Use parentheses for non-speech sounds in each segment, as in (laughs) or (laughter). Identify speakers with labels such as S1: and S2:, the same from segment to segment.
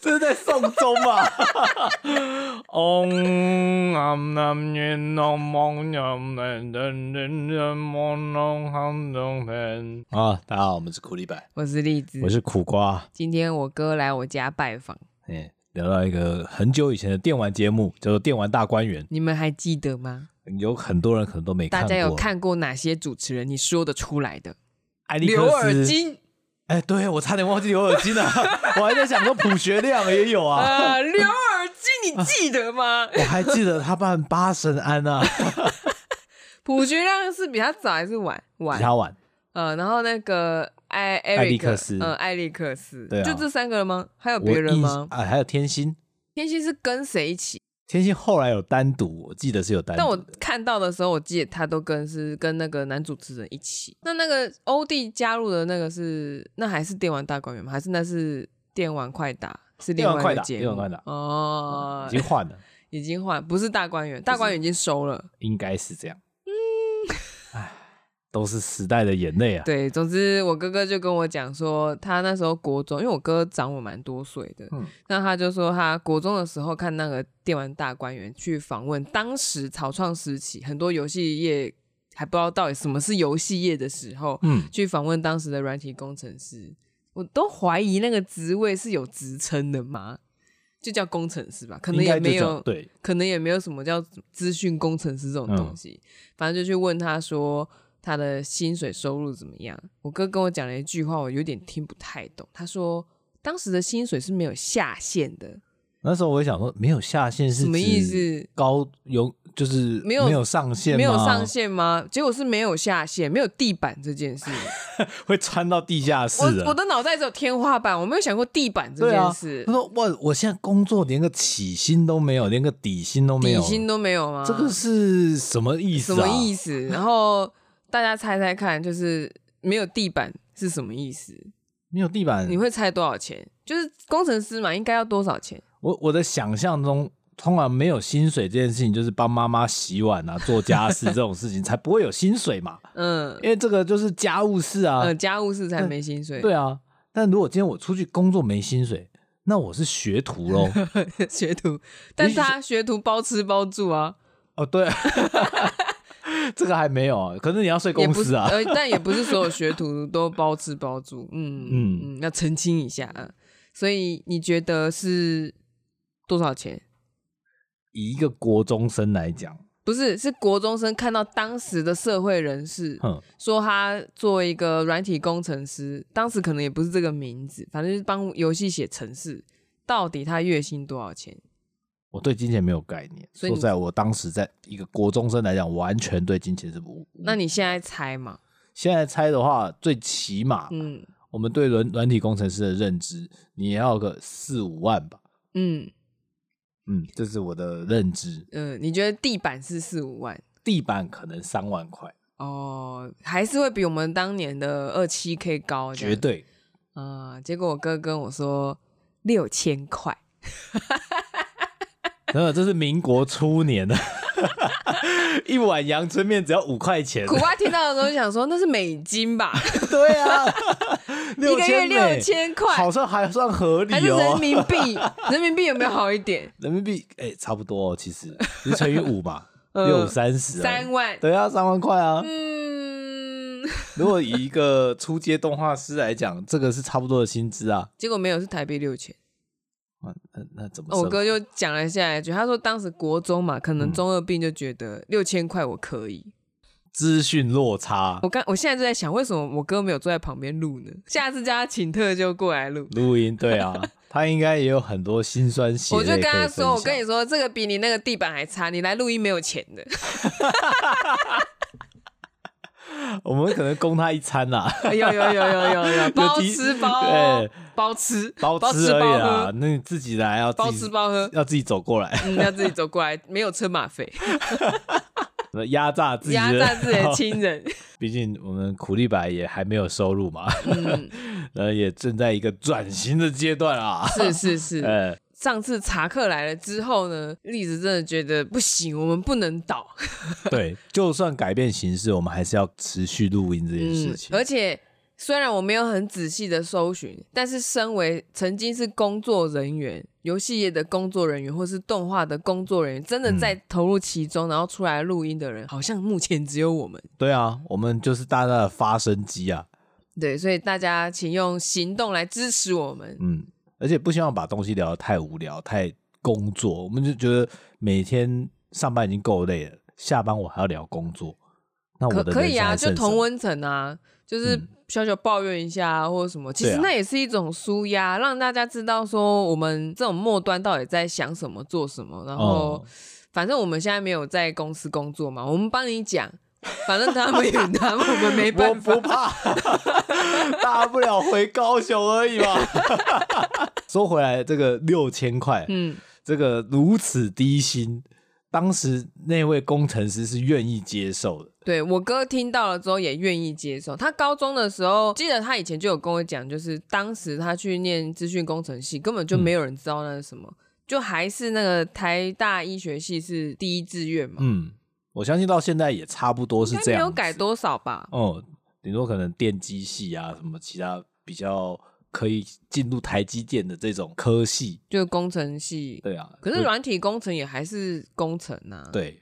S1: 这是在送啊终
S2: (laughs)
S1: 嘛？嗡啊南云南蒙南南南南蒙南杭东南。啊，大家好，我们是苦力白，
S3: 我是栗子，
S2: 我是苦瓜。
S3: 今天我哥来我家拜访，
S2: 哎、聊到一个很久以前的电玩节目，叫做《电玩大观园
S3: 你们还记得吗？》，
S2: 有很多人可能都没看
S3: 大
S2: 过。
S3: 家有看过哪些主持人？你说得出来的？
S2: 艾利克
S3: 刘
S2: 斯
S3: 尔？金，
S2: 哎、对我差点忘记刘尔
S1: (laughs)
S2: 金了、我还在想说朴学亮也有 (laughs) 啊，
S3: 呃，刘尔金，你记得吗？
S2: 我还记得他扮八神
S1: (laughs)
S2: 庵啊，
S3: 朴学亮是比他早还是晚？晚
S2: 比。他晚。
S3: 呃，然后那个艾艾
S2: 艾利克斯
S3: 呃，艾利克斯，
S2: 对啊
S3: 就这三个人吗？还有
S2: 我
S3: 别人
S2: 印
S3: 吗？
S2: 哎，还有天心，
S3: 天心是跟谁一起？
S2: 天心后来有单独，我记得是有单独。
S3: 但我看到的时候，我记得他都跟是跟那个男主持人一起。那那个欧弟加入的那个是，那还是电玩大观园吗？还是那是电玩快打？是另外一个节目。
S2: 电玩快打嗯
S3: 哦
S2: 已，经换了，
S3: 已经换，不是大观园，大观园已经收了。
S2: 应该是这样。哎，都是时代的眼泪啊。
S3: 嗯对，总之我哥哥就跟我讲说，他那时候国中，因为我哥长我蛮多岁的，
S2: 嗯
S3: 那他就说他国中的时候看那个电玩大观园去访问，当时草创时期，很多游戏业还不知道到底什么是游戏业的时候，
S2: 嗯，
S3: 去访问当时的软体工程师，我都怀疑那个职位是有职称的吗？就叫工程师吧，可能
S2: 应该
S3: 也
S2: 就
S3: 没
S2: 这样
S3: 有，
S2: 对，
S3: 可能也没有什么叫资讯工程师这种
S2: 嗯
S3: 东西，反正就去问他说他的薪水收入怎么样。我哥跟我讲了一句话，我有点听不太懂。他说当时的薪水是没有下限的，
S2: 那时候我也想说，没有下限是
S3: 什么意
S2: 指
S3: 思？
S2: 高有就是
S3: 没有
S2: 没有上限吗，
S3: 没有上限吗？结果是没有下限，没有地板这
S2: (laughs)
S3: 件事。
S2: 会穿到地下室啊
S3: 我
S2: 的。
S3: 我的脑袋只有天花板，我没有想过地板这
S2: 对
S3: 件
S2: 啊
S3: 事。，
S2: 他说哇，我现在工作连个起薪都没有，连个底薪都没有，
S3: 底薪都没有吗？
S2: 这个是什么意思、
S3: 什
S2: 啊？
S3: 么意
S2: 思？
S3: 思？然后大家猜猜看，就是没有地板是什么意思？
S2: 没有地板
S3: 你，会猜多少钱？就是工程师嘛，应该要多少钱？
S2: 我我的想象中。通常没有薪水这件事情，就是帮妈妈洗碗啊、做家事这种事
S3: (laughs)
S2: 情，才不会有薪水嘛。
S3: 嗯
S2: 因为这个就是家务事啊，
S3: 呃，家务事才没薪水，
S2: 对啊。但如果今天我出去工作没薪水，那我是学徒
S3: (laughs)
S2: 喽。
S3: (laughs) 学徒，但是他学徒包吃包住啊，
S2: 哦，对， (laughs) 这个还没有啊。可是你要睡
S3: 也
S2: 公
S3: 不是
S2: 司啊，
S3: 呃，但也不是所有学徒都包吃包住，嗯
S2: 嗯
S3: 嗯，要澄清一下啊。所以你觉得是多少钱？
S2: 以一个国中生来讲，
S3: 不是，是国中生看到当时的社会人士，
S2: 哼，
S3: 说他作为一个软体工程师，当时可能也不是这个名字，反正就是帮游戏写程式。到底他月薪多少钱？
S2: 我对金钱没有概念。
S3: 所
S2: 说
S3: 以你
S2: 实在，我当时在一个国中生来讲，完全对金钱是无。
S3: 那你现在猜嘛？
S2: 现在猜的话，最起码
S3: 嗯
S2: 我们对软软体工程师的认知，你也要个四五万吧。
S3: 嗯
S2: 嗯，这是我的认知。
S3: 嗯、呃你觉得地板是四五万
S2: 地板可能三万块，
S3: 哦，还是会比我们当年的二七 K 高？这样
S2: 绝对
S3: 啊、结果我哥跟我说六千块，
S2: 没有，这是民国初年的， (laughs) 一碗阳春面只要五块钱
S3: 苦。瓜听到的时候就想说那是美金吧，
S2: (laughs) 对啊，
S3: (laughs) 一
S2: 六
S3: 个月
S2: 千美
S3: 六千块
S2: 好，像还算合理
S3: 还是人
S2: 哦。
S3: 民币？人民币有没有好一点？
S2: 人民币哎、差不多哦，其实你乘以五
S3: (laughs)
S2: 嘛，(laughs)
S3: 嗯
S2: 六三十，
S3: 三万，
S2: 对啊，三万块啊。
S3: 嗯，
S2: 如果以一个初阶动画师来讲，这个是差不多的薪资啊。
S3: 结果没有，是台币六千。
S2: 啊那那怎么
S3: 哦
S2: 生？
S3: 我哥就讲了下一句，他说当时国中嘛，可能中二病就觉得六千块我可以。
S2: 资讯落差
S3: 我，刚我现在就在想，为什么我哥没有坐在旁边录呢？下次叫他请特就过来录。
S2: 录音对
S3: (laughs)
S2: 啊，他应该也有很多辛酸血
S3: 我
S2: 泪
S3: 就
S2: 可以
S3: 跟
S2: 分享。
S3: 他说，我跟你说，这个比你那个地板还差，你来录音没有钱的，
S2: 我们可能供他一餐啦、
S3: (laughs) 有有有有有有，包
S2: 提
S3: 吃包
S2: 哎
S3: 包吃
S2: 包吃
S3: 包
S2: 而已啦
S3: 喝，，
S2: 那你自己来要自己
S3: 包吃包喝，
S2: 要自己走过来， (laughs)
S3: 嗯，要自己走过来，没有车马费，
S2: 压榨自己
S3: 压
S2: 的
S3: 榨自己
S2: (laughs)
S3: 的亲人。
S2: 毕竟我们苦力白也还没有收入嘛， (laughs)
S3: 嗯，
S2: 然后也正在一个转型的阶段啊。
S3: (laughs) 是是是，
S2: 呃，
S3: 上次查克来了之后呢，栗子真的觉得不行，我们不能倒。
S2: 对，就算改变形式，我们还是要持续录音这件事情。
S3: 嗯而且虽然我没有很仔细的搜寻，但是身为曾经是工作人员、游戏业的工作人员，或是动画的工作人员，真的在投入其中，然后出来录音的人，好像目前只有我们。
S2: 对啊，我们就是大家的发声机啊，
S3: 对，所以大家请用行动来支持我们。
S2: 嗯，而且不希望把东西聊得太无聊、太工作，我们就觉得每天上班已经够累了，下班我还要聊工作，那我
S3: 可
S2: 的
S3: 可
S2: 人
S3: 以
S2: 生
S3: 啊，
S2: 还
S3: 就
S2: 剩什
S3: 同
S2: 么
S3: 温层啊，就是
S2: 嗯
S3: 小小抱怨一下、啊、或者什么，其
S2: 对
S3: 实
S2: 啊
S3: 那也是一种舒压，让大家知道说我们这种末端到底在想什么、做什么。然后、
S2: 哦
S3: 反正我们现在没有在公司工作嘛，我们帮你讲，反正他们有 (laughs) 他们，我们没
S2: 我
S3: 办法
S2: 不。怕，
S3: (laughs)
S2: 大不了回高雄而已嘛。 (laughs) 说回来，这个六千块，
S3: 嗯，
S2: 这个如此低薪，当时那位工程师是愿意接受的。
S3: 对我哥听到了之后也愿意接受。他高中的时候，记得他以前就有跟我讲，就是当时他去念资讯工程系，根本
S2: 嗯
S3: 就没有人知道那是什么，就还是那个台大医学系是第一志愿嘛。
S2: 嗯，我相信到现在也差不多是
S3: 应
S2: 这
S3: 该没
S2: 样。
S3: 有改。多少吧？
S2: 哦、顶多可能电机系啊，什么其他比较可以进入台积电的这种科系。
S3: 就工程系，
S2: 对啊，
S3: 可是软体工程也还是工程呐、啊。，
S2: 对，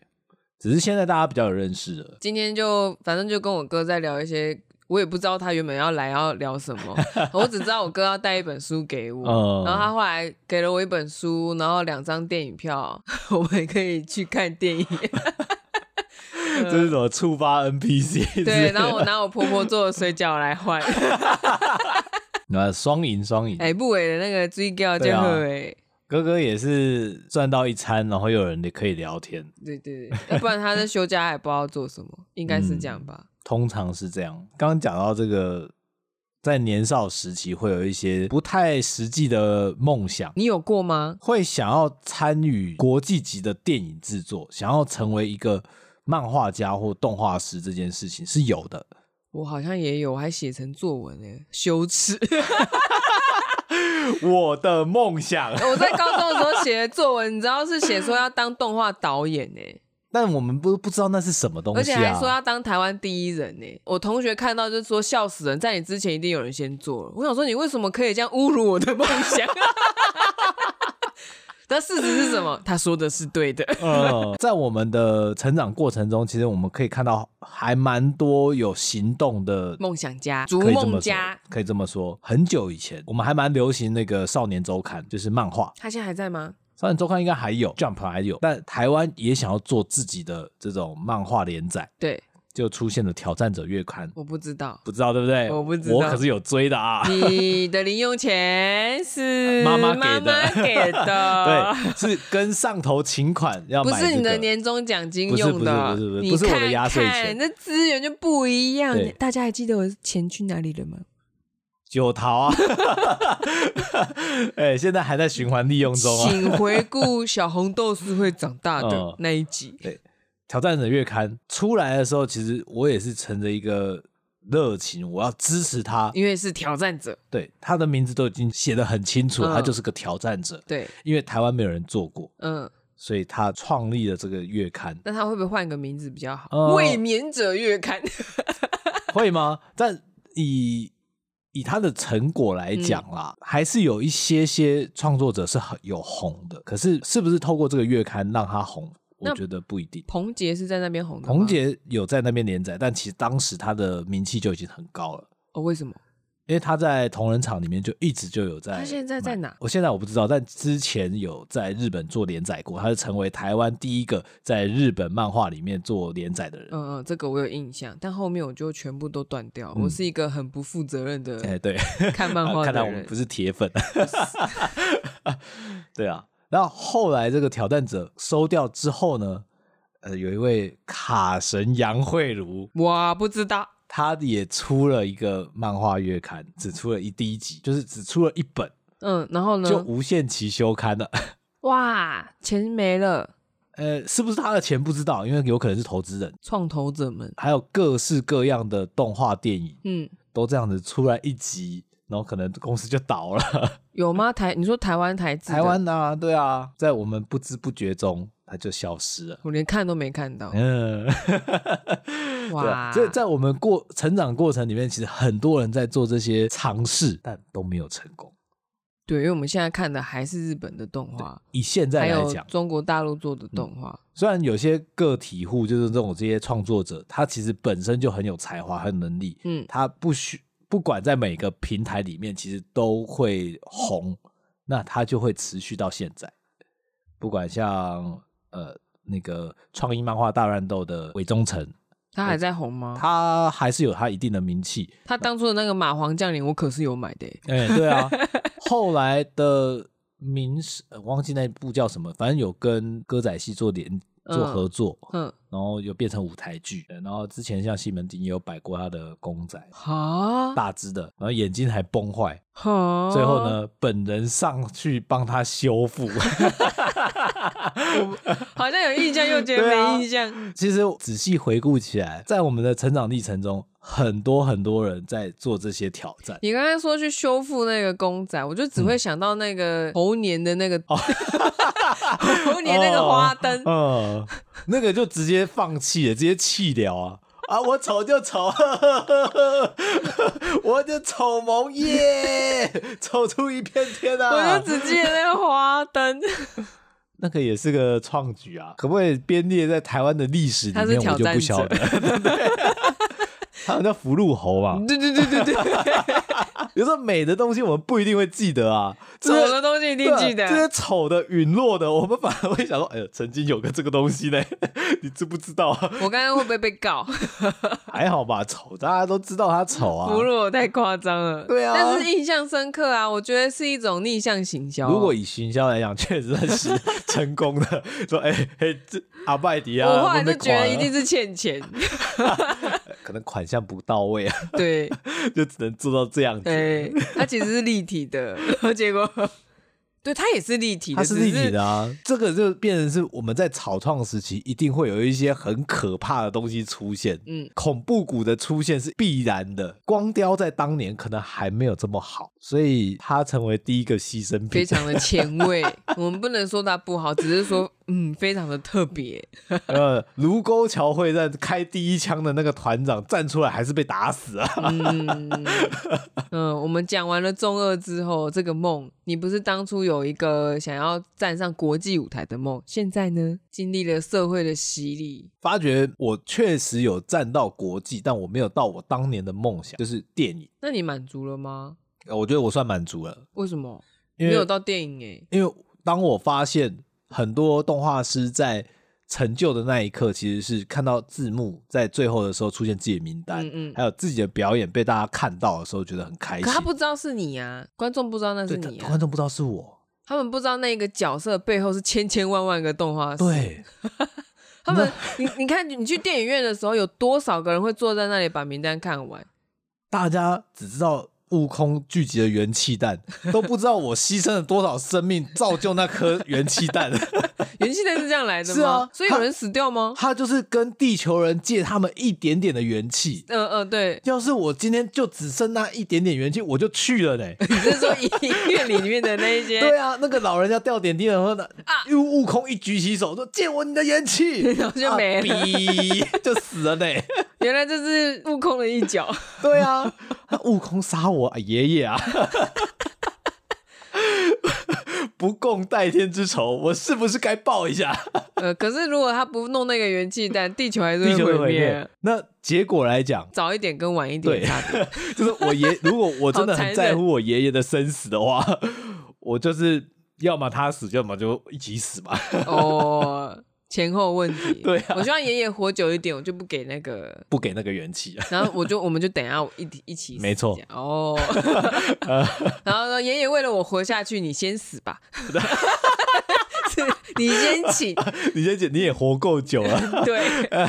S2: 只是现在大家比较有认识了。
S3: 今天就反正就跟我哥在聊一些，我也不知道他原本要来要聊什
S2: (laughs)
S3: 么，我只知道我哥要带一本书给我，
S2: 嗯
S3: 然后他后来给了我一本书，然后两张电影票， (laughs) 我们可以去看电影。
S2: 这是什么触发
S3: (laughs)
S2: NPC？之类
S3: 对，
S2: 的
S3: 然后我拿我婆婆做的水饺来换， (laughs)
S2: (laughs) 那啊双赢双赢，
S3: 哎、不伟的那个追掉就哎
S2: 对啊
S3: 会。
S2: 哥哥也是赚到一餐，然后又有人可以聊天，
S3: 对对对，要不然他在休假也不知道做什么，应该是这样吧。
S2: 通常是这样。刚刚讲到这个，在年少时期会有一些不太实际的梦想，
S3: 你有过吗？
S2: 会想要参与国际级的电影制作，想要成为一个漫画家或动画师这件事情是有的。
S3: 我好像也有，我还写成作文呢、羞耻！
S2: 我的梦想，
S3: (laughs) 我在高中的时候写的作文，你知道是写说要当动画导演哎呢、
S2: 但我们不不知道那是什么东
S3: 而
S2: 西
S3: 且
S2: 啊。
S3: 还说要当台湾第一人呢、我同学看到就说笑死人，在你之前一定有人先做了。我想说你为什么可以这样侮辱我的梦想？ (laughs) 但事实是什么？他说的是对的。 (laughs)
S2: 呃， (laughs) 在我们的成长过程中，其实我们可以看到还蛮多有行动的
S3: 梦想家，逐
S2: 可以这么
S3: 梦
S2: 说
S3: 家，，
S2: 可以这么说。很久以前，我们还蛮流行那个《少年周刊》，就是漫画，
S3: 他现在还在吗？
S2: 《少年周刊》应该还有，Jump 还有，但台湾也想要做自己的这种漫画连载，
S3: 对，
S2: 就出现了《挑战者月刊》，
S3: 我不
S2: (laughs)
S3: 知道。
S2: 不知道对不对？
S3: 我不知道
S2: 我可是有追的啊。 (laughs)
S3: 你的零用钱是
S2: 妈妈给的
S3: 妈妈给的，
S2: (laughs) 对，是跟上头请款要
S3: 啊不
S2: 买、这个，
S3: 是你的年终奖金用的，啊哦
S2: 不是不是不是
S3: 你
S2: 不是
S3: 看
S2: 我的压岁钱
S3: 看那资源就不一样
S2: 对。
S3: 大家还记得我钱去哪里了吗？
S2: 九桃啊， (laughs) 哎、现在还在循环利用中啊。
S3: 请回顾小红豆是会长大的
S2: 嗯
S3: 那一集。
S2: 挑战者月刊出来的时候，其实我也是乘着一个热情，我要支持他。
S3: 因为是挑战者，
S2: 对，他的名字都已经写得很清楚，
S3: 嗯
S2: 他就是个挑战者。
S3: 对，
S2: 因为台湾没有人做过，
S3: 嗯，，
S2: 所以他创立了这个月刊
S3: 那他会不会换个名字比较好？
S2: 哦
S3: 未眠者月刊，
S2: (laughs)
S3: (laughs)
S2: 会吗？但以以他的成果来讲
S3: 嗯
S2: 啦，还是有一些些创作者是很有红的。可是是不是透过这个月刊让他红？
S3: 那
S2: 我觉得不一定。
S3: 彭杰是在那边红的吗。
S2: 彭杰有在那边连载，但其实当时他的名气就已经很高了。
S3: 哦，为什么？
S2: 因为他在同仁场里面就一直就有在。
S3: 他现在在哪？
S2: 我现在我不知道，但之前有在日本做连载过，他是成为台湾第一个在日本漫画里面做连载的人。
S3: 嗯嗯，这个我有印象，但后面我就全部都断掉。
S2: 嗯
S3: 我是一个很不负责任的
S2: 哎、对，
S3: (laughs) 看漫画
S2: 呃 (laughs) 看来
S3: 的
S2: 我们
S3: 人
S2: 不。是铁
S3: (laughs)
S2: 粉。对啊，然后后来这个挑战者收掉之后呢，呃，有一位卡神杨慧茹，
S3: 我不知道，
S2: 她也出了一个漫画月刊，只出了一第一集，就是只出了一本，
S3: 嗯，然后呢？
S2: 就无限期休刊了。 (laughs)
S3: 哇，钱没了，
S2: 呃，是不是他的钱不知道，因为有可能是投资人，
S3: 创投者们，
S2: 还有各式各样的动画电影
S3: 嗯，
S2: 都这样子出来一集，然后可能公司就倒了。
S3: 有吗？台，你说台湾台资的，
S2: 台湾啊，对啊，在我们不知不觉中，它就消失了。
S3: 我连看都没看到。 (laughs)
S2: 嗯，对啊
S3: 哇，
S2: 这在我们过成长过程里面，其实很多人在做这些尝试，但都没有成功。
S3: 对，因为我们现在看的还是日本的动画，
S2: 以现在
S3: 还
S2: 来
S3: 有
S2: 讲，嗯
S3: 中国大陆做的动画。
S2: 虽然有些个体户，就是这种这些创作者，他其实本身就很有才华、很有能力，
S3: 嗯
S2: 他不需不管在每个平台里面，其实都会红，那他就会持续到现在。不管像呃那个创意漫画大乱斗的韦忠诚，
S3: 他还在红吗？
S2: 他还是有他一定的名气，
S3: 他当初的那个蚂蟥降临，我可是有买的欸、
S2: 哎、对啊， (laughs) 后来的民视、呃忘记那部叫什么，反正有跟歌仔戏做联做合作， (laughs)
S3: 嗯，
S2: 然后又变成舞台剧，然后之前像西门町也有摆过他的公仔，
S3: 哈，
S2: 大只的，然后眼睛还崩坏，
S3: 哈，
S2: 最后？呢，本人上去帮他修复。 (laughs)
S3: 好像有印象，又
S2: (laughs)
S3: 觉得
S2: 对啊
S3: 没印象。
S2: 其实仔细回顾起来，在我们的成长历程中，很多很多人在做这些挑战。
S3: 你刚才说去修复那个公仔，我就只
S2: 嗯
S3: 会想到那个
S2: 哦
S3: 猴年的那个， (laughs) 猴 (laughs) 年那个花灯，
S2: 嗯，那个就直接放弃了，直接弃了啊。啊！我丑就丑， (laughs) 我就丑萌耶， (laughs) 丑出一片天啊！
S3: 我就只记得那个花灯，
S2: 那个也是个创举啊，可不可以编列在台湾的历史里
S3: 他是
S2: 面？我
S3: 挑
S2: 就
S3: 战
S2: 不晓
S3: 者
S2: 得。
S3: (laughs)
S2: 他们叫福禄猴嘛，啊
S3: 对对对对对，
S2: (laughs) 有时候美的东西我们不一定会记得啊，
S3: 丑
S2: 这些
S3: 的东西一定
S2: 对啊
S3: 记得
S2: 这。些丑的、陨落的，我们反而会想说，哎呦，曾经有个这个东西呢， (laughs) 你知不知道啊？
S3: 我刚刚会不会被告？ (laughs)
S2: 还好吧，丑大家都知道他丑啊。
S3: 俘虏我太夸张了。
S2: 对啊
S3: 但是印象深刻啊，我觉得是一种逆向行销。
S2: 如果以行销来讲，确实算是成功的。说，哎、嘿，这阿拜迪啊，
S3: 我后来
S2: 都
S3: 就
S2: 被
S3: 觉得
S2: 垮
S3: 一定
S2: 了
S3: 是欠钱，
S2: 可能款项不到位啊，
S3: (laughs)
S2: (laughs)
S3: 对
S2: 就只能做到这样子。
S3: 对，它其实是立
S2: (laughs)
S3: 体的，结果对它也是立体的，
S2: 它是立体
S3: 只是。
S2: 的啊，这个就变成是我们在草创时期一定会有一些很可怕的东西出现，
S3: 嗯，
S2: 恐怖谷的出现是必然的。光雕在当年可能还没有这么好，所以它成为第一个牺牲
S3: 非
S2: 品。
S3: 常的前卫， (laughs) 我们不能说它不好，只是说嗯，非常的特别。
S2: 呃，卢沟桥会战开第一枪的那个团长站出来还是被打死啊， (laughs)
S3: 嗯嗯，我们讲完了中二之后，这个梦，你不是当初有一个想要站上国际舞台的梦，现在呢，经历了社会的洗礼，
S2: 发觉我确实有站到国际，但我没有到我当年的梦想，就是电影。
S3: 那你满足了吗？
S2: 呃我觉得我算满足了，
S3: 为什么
S2: 因
S3: 没
S2: 为
S3: 有到电影、欸？
S2: 因为当我发现很多动画师在成就的那一刻，其实是看到字幕在最后的时候出现自己的名单，
S3: 嗯嗯
S2: 还有自己的表演被大家看到的时候，觉得很开心。
S3: 可他不知道是你啊，观众不知道那是
S2: 对
S3: 你
S2: 他
S3: 啊
S2: 观，众不知道是我，
S3: 他们不知道那个角色背后是千千万万个动画师。，
S2: 对
S3: 他们，你你看，你去电影院的时候，有多少个人会坐在那里把名单
S2: (laughs)
S3: 看完？
S2: 大家只知道。悟空聚集的元气
S3: (laughs)
S2: 弹，都不知道我牺牲了多少生命造就那颗元气弹。
S3: 哦元气弹是这样来的吗？
S2: 是啊
S3: 所以有人死掉吗？
S2: 他就是跟地球人借他们一点点的元气。
S3: 嗯嗯，对，
S2: 要是我今天就只剩那一点点元气，我就去了嘞。
S3: 你是说
S2: (laughs)
S3: 医院里面的那一些？
S2: 对啊，那个老人家掉点滴的时候呢，
S3: 啊
S2: 因为悟空一举起手说：“借我你的元气！”
S3: (laughs) 然后就没了
S2: 啊哔就死了嘞。
S3: 原来这是悟空的一
S2: (laughs)
S3: 角。
S2: 对啊，悟空杀我啊爷爷啊！ (laughs) 不共戴天之仇，我是不是该报一下？
S3: 呃，可是如果他不弄那个元气弹，地球还是
S2: 地球会
S3: 会毁
S2: 毁
S3: 灭
S2: 灭。。那结果来讲，
S3: 早一点跟晚一点
S2: 对
S3: 的差别。
S2: 就是我
S3: (laughs)
S2: 爷，如果我真的
S3: 好
S2: 很
S3: 残忍
S2: 在乎我爷爷的生死的话， (laughs) 我就是要么他死，要么就一起死嘛。
S3: 哦，前后问题。
S2: (laughs) 对啊
S3: 我希望爷爷活久一点，我就不给那个，
S2: (laughs) 不给那个元气啊。
S3: 然后我就我们就等一下一起一起死
S2: 没错
S3: 这样
S2: (laughs)
S3: 哦，然后说爷爷为了我活下去，你先死吧，
S2: (laughs)
S3: 是你先请，
S2: 你先姐，你也活够久了。
S3: (laughs) 对，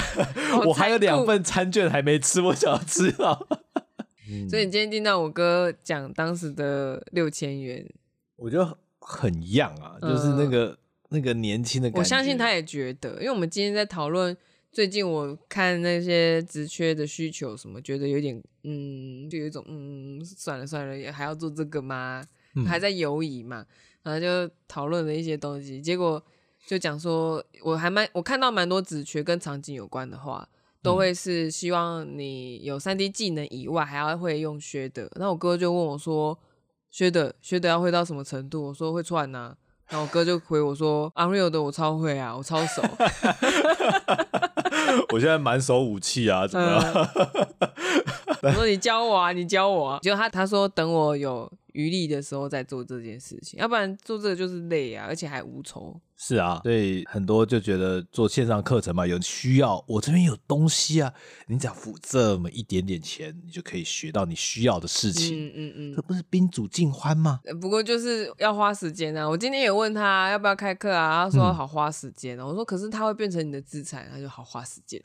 S3: 好
S2: (laughs) 我还有
S3: 残酷
S2: 两。份餐券还没吃，我想要吃啊嗯到。
S3: (laughs) 所以你今天听到我哥讲当时的六千元，
S2: 我觉得很样啊，就是那个、那个年轻的感觉。
S3: 嗯我相信他也觉得，因为我们今天在讨论最近我看那些职缺的需求什么，觉得有点嗯，就有一种嗯，算了算了，也还要
S2: 嗯
S3: 做这个吗？还在犹疑嘛，然后就讨论了一些东西，结果就讲说，我还蛮我看到蛮多职缺跟场景有关的话，
S2: 嗯
S3: 都会是希望你有三 D 技能以外，还要会用薛的。那我哥就问我说，薛的薛的要会到什么程度？我说会串啊呐、然后我哥就回我说，Unreal 的我超会啊，我超熟。 (laughs)
S1: 我现在满手武器啊，怎么样？
S3: 我说你教我啊，你教我啊。结果他他说等我有余力的时候再做这件事情，要不然做这个就是累啊，而且还无酬。
S2: (laughs) 是啊，所以很多就觉得做线上课程嘛，有需要，我这边有东西啊，你只要付这么一点点钱，你就可以学到你需要的事情，
S3: 嗯嗯嗯
S2: 这。不是宾主尽欢吗？
S3: (laughs) 呃不过就是要花时间啊！我今天也问他要不要开课啊，他说好花时间、啊。我说可是他会变成你的资产，他就好花时间。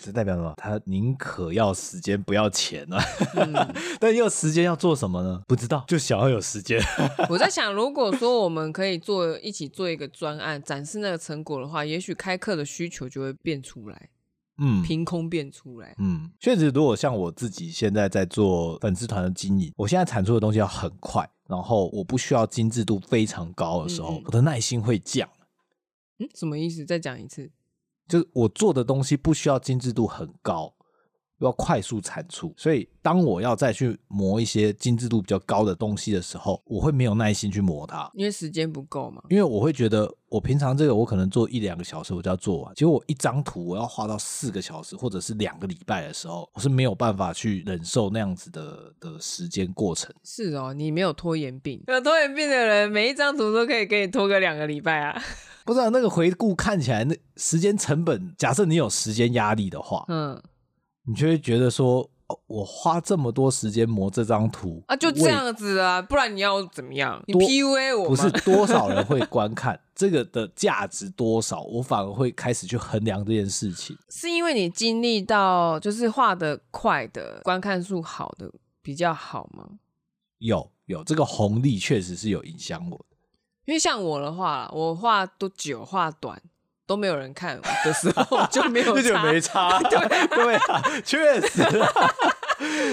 S2: 这代表什么？他宁可要时间不要钱啊， (laughs)
S3: 嗯
S2: 但要时间要做什么呢？不知道，就想要有时间。
S3: (laughs) 我在想，如果说我们可以做一起做一个专案，展示那个成果的话，也许开课的需求就会变出来，
S2: (laughs) 嗯
S3: 凭空变出来。
S2: 嗯，确实，如果像我自己现在在做粉丝团的经营，我现在产出的东西要很快，然后我不需要精致度非常高的时候，
S3: 嗯嗯
S2: 我的耐心会降。
S3: 嗯，什么意思？再讲一次。
S2: 就是我做的东西不需要精致度很高，要快速产出。所以当我要再去磨一些精致度比较高的东西的时候，我会没有耐心去磨它，
S3: 因为时间不够嘛。
S2: 因为我会觉得我平常这个我可能做一两个小时我就要做完，结果我一张图我要画到四个小时或者是两个礼拜的时候，我是没有办法去忍受那样子的的时间过程。
S3: 是哦，你没有拖延病。有拖延病的人，每一张图都可以给你拖个两个礼拜啊。 (laughs)
S2: 不知道、那个回顾看起来那时间成本，假设你有时间压力的话，
S3: 嗯，
S2: 你就会觉得说。哦我花这么多时间磨这张图
S3: 啊，就这样子啊，不然你要怎么样？你
S2: 多
S3: PUA 我吗？ (laughs)
S2: 不是 (laughs) 多少人会观看这个的价值多少，我反而会开始去衡量这件事情。
S3: 是因为你经历到就是画的快的观看数好的比较好吗？
S2: 有有这个红利确实是有影响我的，
S3: 因为像我的话啦，我画多久画短都没有人看的时候 (laughs) 我就没有
S2: 这就
S3: 差
S2: 没
S3: (laughs)
S2: 差，对 (laughs) 对啊，确实啊。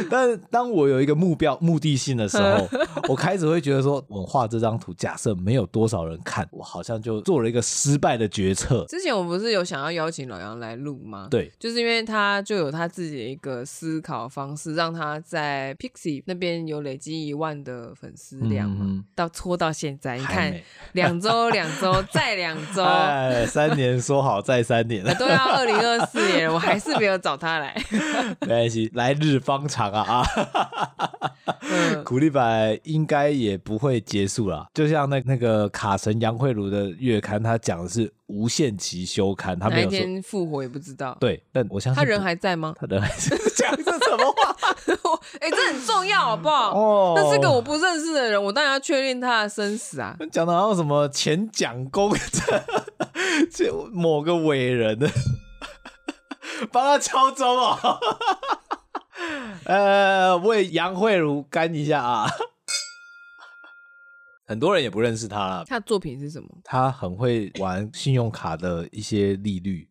S2: 但当我有一个目标、目的性的时候，
S3: (laughs)
S2: 我开始会觉得说，我画这张图，假设没有多少人看，我好像就做了一个失败的决策。
S3: 之前我不是有想要邀请老杨来录吗？，
S2: 对，
S3: 就是因为他就有他自己的一个思考方式，让他在 Pixie 那边有累积一万的粉丝量嘛，
S2: 嗯
S3: (laughs) 到拖到现在，你
S2: 还
S3: 看
S2: 没
S3: 两周、两周
S2: (laughs)
S3: 再两周，
S2: 哎，三年说好再三
S3: (laughs)
S2: 年，
S3: 都要二零二四年了，我还是没有找
S2: (laughs)
S3: 他来。
S2: 没关系，来日方长啊啊！
S3: 嗯，
S2: 苦力白应该也不会结束啦，就像那那个卡神杨慧茹的月刊，他讲的是无限期休刊，他
S3: 哪
S2: 没
S3: 一
S2: 有说
S3: 天复活也不知道。
S2: 对，但我相信
S3: 他人
S2: 不？
S3: 还在吗 (laughs)
S2: 他人还是讲这什么话？
S3: 哎、这很重要，好
S2: (laughs)
S3: 不好？
S2: 哦
S3: 那是个我不认识的人，我当然要确定他的生死啊。
S2: 讲的好像什么前蒋公，这某个伟人， (laughs) 帮他敲钟哦。 (laughs) 呃，为杨慧茹干一下啊！很多人也不认识他啦，
S3: 他的作品是什么？
S2: 他很会玩信用卡的一些利率，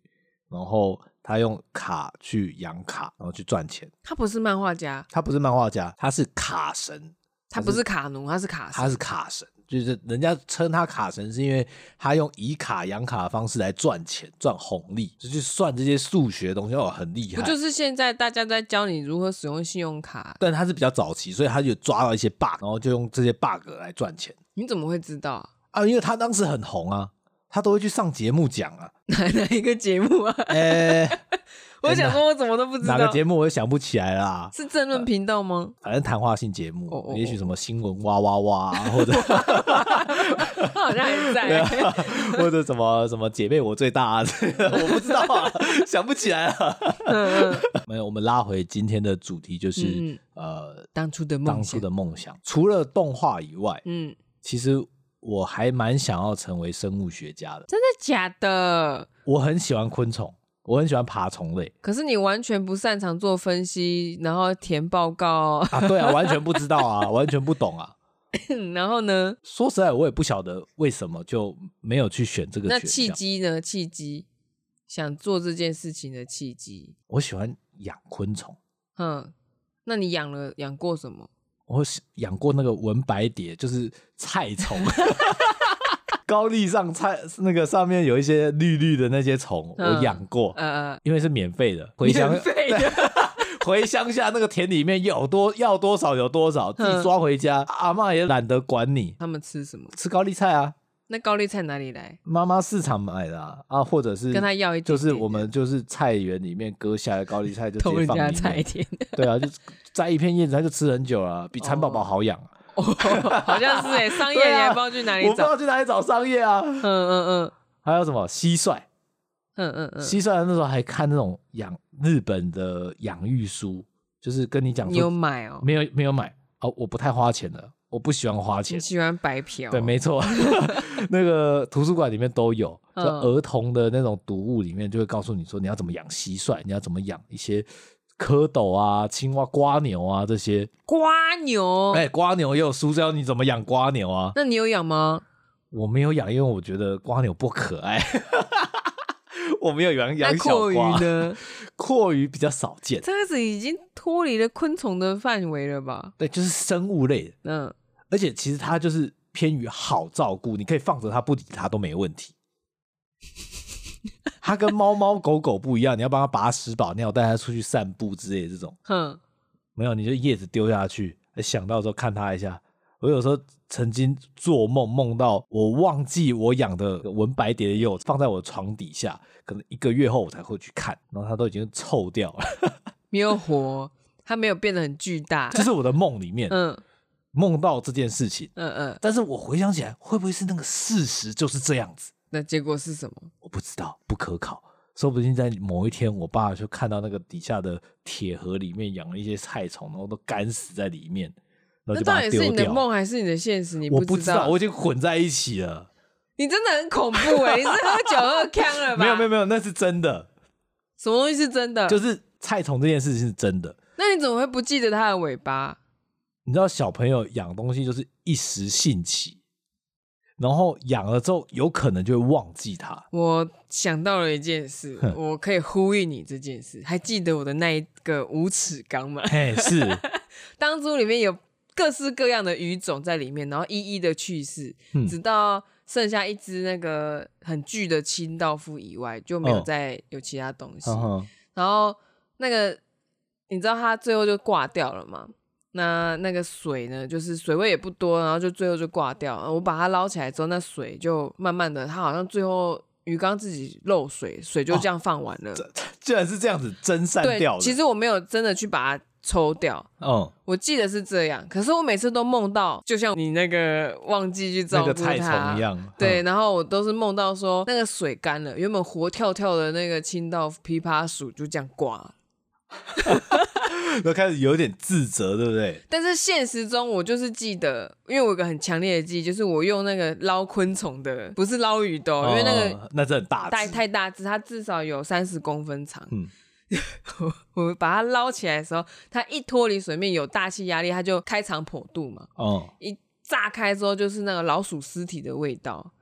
S2: 然后他用卡去养卡，然后去赚钱。
S3: 他不是漫画家，
S2: 他不是漫画家，他是卡神，
S3: 他不是卡奴，他是卡神
S2: 他是卡神，就是人家称他卡神，是因为他用以卡养卡的方式来赚钱、赚红利，就去算这些数学的东西，哦，很厉害。
S3: 不就是现在大家在教你如何使用信用卡？
S2: 但他是比较早期，所以他就抓到一些 bug，然后就用这些 bug 来赚钱
S3: 你怎么会知道、啊？ (laughs)
S2: 啊，因为他当时很红啊，他都会去上节目讲啊，
S3: 哪哪一个节目啊？
S2: 呃、
S3: 我想说，我怎么 (laughs) 都不知
S2: 哪个
S3: 道。
S2: 节目我也想不起来啦、
S3: 是政论频道吗？
S2: 反正谈话性节目，
S3: 哦哦哦
S2: 也许什么新闻哇哇哇啊，或者
S3: (laughs) 他好像还
S2: 对
S3: 在、
S2: 啊 (laughs) 或者什么什么姐妹我最大啊， (laughs) 这个我不知道啊， (laughs) 想不起来了。
S3: 嗯嗯，
S2: 没有，我们拉回今天的主题，就是、
S3: 嗯
S2: 呃，
S3: 当初的
S2: 当
S3: 梦
S2: 初
S3: 想。
S2: 的梦想。除了动画以外，
S3: 嗯，
S2: 其实我还蛮想要成为生物学家的。
S3: 真的假的？
S2: 我很喜欢昆虫，我很喜欢爬虫类
S3: 可是你完全不擅长做分析，然后填报告， (laughs)
S2: 啊。对啊，完全不知道啊，完全不懂啊。
S3: 然后呢？
S2: 说实在，我也不晓得为什么就没有去选这个
S3: 那
S2: 选
S3: 契
S2: 项。
S3: 机呢？契机想做这件事情的契机，
S2: 我喜欢养昆虫。
S3: 嗯，那你养了养过什么？
S2: 我是养过那个文白蝶，就是菜虫， (laughs) 高丽上菜那个上面有一些绿绿的那些虫，
S3: 嗯
S2: 我养过，
S3: 呃，
S2: 因为是免费的，回乡 (laughs)
S3: (laughs) 免费的，
S2: 回乡下那个田里面有多要多少有多少，自己
S3: 嗯
S2: 抓回家，阿嬷也懒得管你，
S3: 他们吃什么？
S2: 吃高丽菜啊，
S3: 那高丽菜哪里来？
S2: 妈妈市场买的啊，啊或者是
S3: 跟他要一点
S2: 就
S3: 点
S2: 是我们就是菜园里面割下来的高丽菜就直
S3: 偷
S2: 接
S3: 人
S2: 放里
S3: 家
S2: 面，
S3: 菜田，
S2: (laughs) 对啊，就摘一片叶子，它就吃很久了，比蚕宝宝好养啊。
S3: 哦，好像是哎，商业
S2: 对
S3: 你
S2: 啊
S3: 还不知道去 (laughs) 哪
S2: 我
S3: 里
S2: 不知道
S3: 找？
S2: 去哪里找桑叶啊。
S3: 嗯嗯
S2: 还有什么蟋蟀？
S3: 嗯嗯嗯
S2: 蟋蟀那时候还看那种养日本的养育书，就是跟你讲
S3: 嗯，你
S2: 说
S3: 有买哦？
S2: 没有没有买哦，我不太花钱的，我不喜欢花钱
S3: 你。喜欢哦白嫖？
S2: 对，没
S3: (laughs)
S2: 错，那个图书馆里面都有，就
S3: 嗯
S2: 儿童的那种读物里面就会告诉你说你要怎么养蟋蟀，你要怎么养一些蝌蚪啊、青蛙、瓜牛啊这些。
S3: 瓜牛，
S2: 哎、瓜牛也有书教你怎么养瓜牛啊。
S3: 那你有养吗？
S2: 我没有养，因为我觉得瓜牛不可爱。 (laughs) 我没有养
S3: 那
S2: 养小
S3: 阔鱼
S2: 瓜，
S3: 呢？
S2: 阔鱼比较少见。
S3: 这个子已经脱离了昆虫的范围了吧？
S2: 对，就是生物类的，
S3: 嗯，
S2: 而且其实它就是偏于好照顾，你可以放着它不理它都没问题。它跟猫猫狗狗不一样，你要帮它把屎把尿，带它出去散步之类的这种，
S3: 哼，
S2: 没有你就叶子丢下去，哎想到的时候看它一下。我有时候曾经做梦，梦到我忘记我养的文白蝶的幼子放在我床底下，可能一个月后我才会去看，然后它都已经臭掉了。
S3: 没有
S2: (laughs)
S3: 活，它没有变得很巨大。
S2: 这是我的梦里面
S3: 嗯
S2: 梦到这件事情，
S3: 嗯嗯，
S2: 但是我回想起来，会不会是那个事实就是这样子？
S3: 那结果是什么？
S2: 我不知道，不可考。说不定在某一天，我爸就看到那个底下的铁盒里面养了一些菜虫，然后都干死在里面，然后
S3: 那
S2: 就
S3: 到
S2: 把它
S3: 底
S2: 丢
S3: 是你的
S2: 掉。
S3: 梦还是你的现实？你
S2: 我
S3: 不
S2: 不
S3: 知
S2: 知道，我已经混在一起了。
S3: 你真的很恐怖哎、你是喝酒喝呛了
S2: (laughs)
S3: 吧？嗯
S2: 没有没有，没有，那是真的，
S3: 什么东西是真的？
S2: 就是菜虫这件事情是真的。
S3: 那你怎么会不记得它的尾巴？
S2: 你知道小朋友养东西就是一时兴起，然后养了之后有可能就会忘记它。
S3: 我想到了一件事，
S2: 哼
S3: 我可以呼应你这件事。还记得我的那一个无齿缸吗？ (laughs)
S2: 嘿，是，
S3: 当初里面有各式各样的鱼种在里面，然后一一的去世，
S2: 嗯
S3: 直到剩下一只那个很巨的清道夫以外，就没有
S2: 哦
S3: 再有其他东西。
S2: 嗯哼
S3: 然后那个你知道它最后就挂掉了嘛？那那个水呢，就是水位也不多，然后就最后就挂掉了。我把它捞起来之后，那水就慢慢的，它好像最后鱼缸自己漏水，水就这样放完了。
S2: 居然哦是这样子蒸散
S3: 对
S2: 掉，的。
S3: 其实我没有真的去把它抽掉，
S2: 嗯，
S3: 我记得是这样，可是我每次都梦到，就像你那个忘记去照
S2: 那
S3: 顾
S2: 个
S3: 它
S2: 菜虫一。样。
S3: 对，
S2: 嗯，
S3: 然后我都是梦到说那个水干了，原本活跳跳的那个青道琵琶鼠就这样挂了。
S2: 都开始有点自责，对不对？
S3: 但是现实中我就是记得，因为我有个很强烈的记忆，就是我用那个捞昆虫的，不是捞鱼的、哦，因为那个
S2: 嗯那是很大
S3: 太
S2: 只，
S3: 太大只，它至少有三十公分长。
S2: 嗯
S3: (laughs) 我我把它捞起来的时候，它一脱离水面有大气压力，它就开肠破肚嘛。
S2: 嗯，
S3: 一炸开之后就是那个老鼠尸体的味道，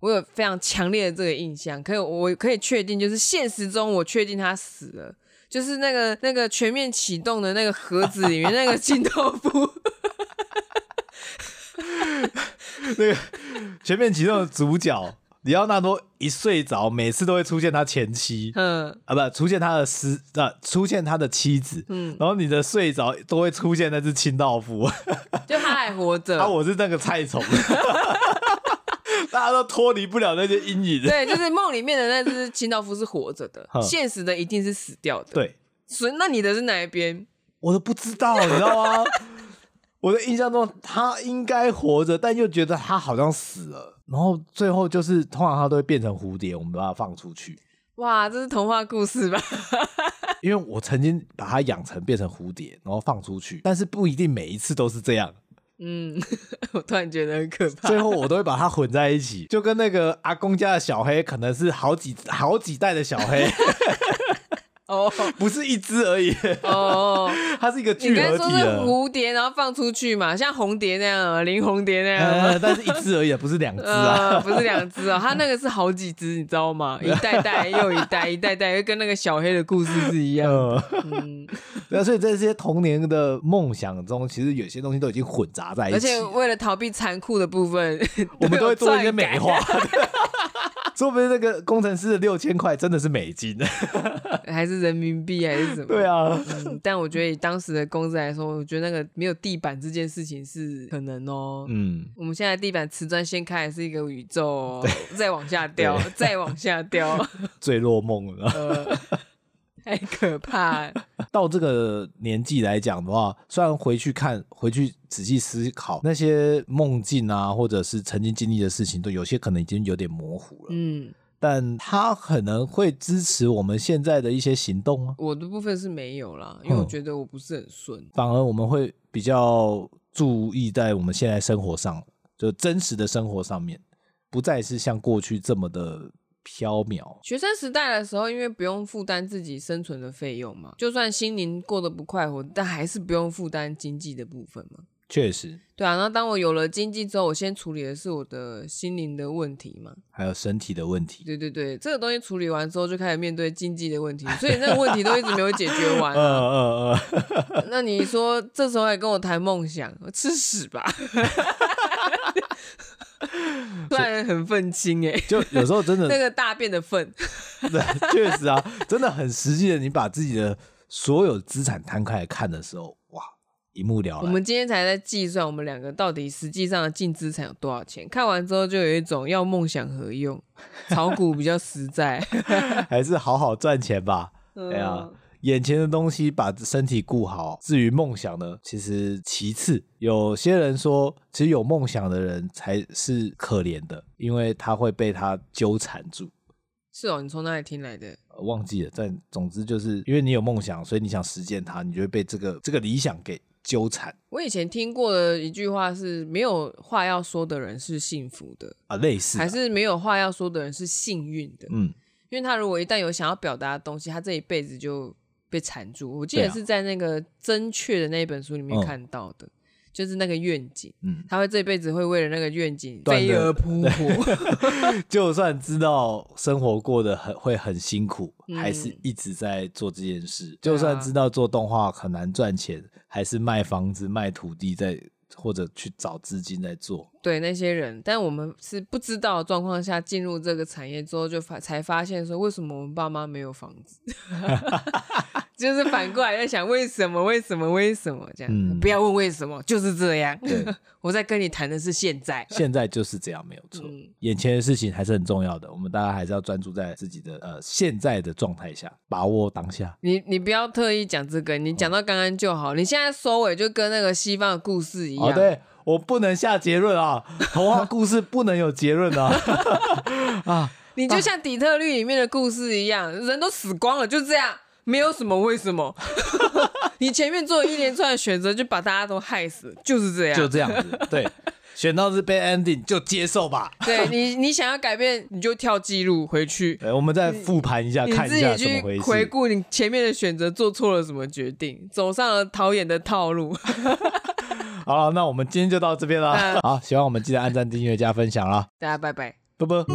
S3: 我有非常强烈的这个印象。可以，我可以确定，就是现实中我确定它死了，就是那个那个全面启动的那个盒子里面那个金豆腐，
S2: 全面启动的主角里奥纳多一睡着，每次都会出现他前妻
S3: 嗯，
S2: 啊，不，出现他的师啊，出现他的妻子，嗯，然后你的睡着都会出现那只清道夫， (laughs)
S3: 就它还活着。
S2: 啊，我是那个菜虫， (laughs) 大家都脱离不了那些阴影， (laughs)
S3: 对，就是梦里面的那只清道夫是活着的
S2: 哼，
S3: 现实的一定是死掉的。，
S2: 对，
S3: 所以那你的是哪一边？
S2: 我都不知
S3: (laughs)
S2: 道，你知道吗？我的印象中他应该活着，但又觉得他好像死了，然后最后就是通常他都会变成蝴蝶，我们把它放出
S3: (laughs)
S2: 去。
S3: 哇，这是童话故事吧？
S2: 因为我曾经把它养成变成蝴蝶，然后放出去，但是不一定每一次都是这
S3: (laughs)
S2: 样。
S3: 嗯，我突然觉得很可怕。
S2: 最后我都会把它混在一起，就
S3: (laughs)
S2: 跟那个阿公家的小黑可能是好几好几代的小黑，
S3: 哦
S2: 不是一只而已， (laughs)
S3: 哦，
S2: 它是一个
S3: 你
S2: 聚
S3: 刚才
S2: 合
S3: 说
S2: 体啊
S3: 是
S2: 了。
S3: 蝴蝶，然后放出去嘛，像红蝶那样啊，林红蝶那样啊。
S2: 呃，但是一只而已，不是两只啊。
S3: 呃，不是两只哦，它那个是好几只，你知道吗？一代代又一代，一代代又跟那个小黑的故事是一样的。
S2: 嗯，
S3: 嗯，
S2: (laughs) 对啊，所以在这些童年的梦想中，其实有些东西都已经混杂在一
S3: 而
S2: 起
S3: 且，为了逃避残酷的部分， (laughs)
S2: 我们都会做一些美
S3: 有篡改
S2: 化。 (laughs) 说不定那个工程师的六千块真的是美金。 (laughs)
S3: 还是人民币还是什么？
S2: 对啊，
S3: 嗯，但我觉得以当时的工资来说，我觉得那个没有地板这件事情是可能哦。
S2: 嗯，
S3: 我们现在地板瓷砖掀开还是一个宇宙、哦，再往下掉，再往下
S2: (laughs)
S3: 掉，
S2: 坠落梦了。 (laughs)
S3: 呃，太可怕了。
S2: 到这个年纪来讲的话，虽然回去看、回去仔细思考那些梦境啊，或者是曾经经历的事情，都有些可能已经有点模糊了，
S3: 嗯，
S2: 但它可能会支持我们现在的一些行动啊。
S3: 我的部分是没有啦，因为我
S2: 嗯
S3: 觉得我不是很顺。
S2: 反而我们会比较注意在我们现在生活上，就真实的生活上面，不再是像过去这么的飘渺。
S3: 学生时代的时候，因为不用负担自己生存的费用嘛，就算心灵过得不快活，但还是不用负担经济的部分嘛。
S2: 确实，
S3: 对啊，然后当我有了经济之后，我先处理的是我的心灵的问题嘛。
S2: 还有身体的问题。
S3: 对对对，这个东西处理完之后，就开始面对经济的问题，所以那个问题都一直没有解决完
S2: 嗯
S3: 啊、
S2: 嗯嗯，
S3: 那你说这时候还跟我谈梦想，吃屎吧！ (laughs) 突然很愤青哎、
S2: 就有时候真的 (laughs)
S3: 那个大便的粪，
S2: 对，确实啊，真的很实际的。你把自己的所有资产摊开来看的时候，哇，一目了
S3: 我
S2: 然。
S3: 们今天才在计算我们两个到底实际上的净资产有多少钱。看完之后就有一种要梦想何用，炒股比较实在。嗯
S2: 还是好好赚钱吧。 (laughs) 对啊，眼前的东西把身体顾好，至于梦想呢，其实其次。有些人说，其实有梦想的人才是可怜的，因为他会被他纠缠住。
S3: 是哦，你从哪里听来的？
S2: 呃忘记了，但总之就是因为你有梦想，所以你想实践它，你就会被这个这个理想给纠缠
S3: 我以前听过的一句话是：没有话要说的人是幸福的，
S2: 啊，类似啊
S3: 还是没有话要说的人是幸运的。
S2: 嗯，
S3: 因为他如果一旦有想要表达的东西，他这一辈子就被缠住。我记得
S2: 对啊
S3: 是在那个《真确》的那一本书里面
S2: 嗯
S3: 看到的，就是那个愿景，
S2: 嗯
S3: 他会这辈子会为了那个愿景
S2: 断
S3: 飞
S2: 了
S3: 蛾
S2: (laughs)
S3: 扑火。
S2: 就算知道生活过得很会很辛苦，
S3: 嗯啊
S2: 还是一直在做这件事。就算知道做动画很难赚钱，还是卖房子、卖土地在，或者去找资金在
S3: (laughs)
S2: 做。
S3: 对那些人，但我们是不知道的状况下进入这个产业之后，就发才发现说，为什么我们爸妈没有房子？ (laughs) 就是反过来在想，为什么？为什么？为什么？这样、
S2: 嗯
S3: 不要问为什么，就是这样。
S2: 对，
S3: (laughs) 我在跟你谈的是现在。
S2: 现在就是这样，没有错。
S3: 嗯
S2: 眼前的事情还是很重要的，我们大家还是要专注在自己的呃现在的状态下，把握当下。
S3: 你你不要特意讲这个，你
S2: 哦
S3: 讲到刚刚就好。你现在收尾就跟那个西方的故事一样，
S2: 哦，对。我不能下结论啊，童话故事不能有结论
S3: (laughs)
S2: 啊。
S3: 你就像底特律里面的故事一样，人都死光了，就这样，没有什么为什么。 (laughs) 你前面做一连串的选择，就把大家都害死，就是这样。
S2: 就这样子，对，选到是 bad ending 就接受吧。
S3: 对你，你想要改变，你就跳记录回去，
S2: 哎对，我们再复盘一下，
S3: 你
S2: 看
S3: 自
S2: 一下
S3: 己
S2: 怎么回
S3: 去
S2: 事。
S3: 回顾你前面的选择做错了什么决定，走上了导演的套路。 (laughs)
S2: 好
S3: 嗯
S2: 了，那我们今天就到这边了。好，喜欢我们记得按赞、订阅、加分享啦，
S3: 大家拜拜。
S2: 啵啵。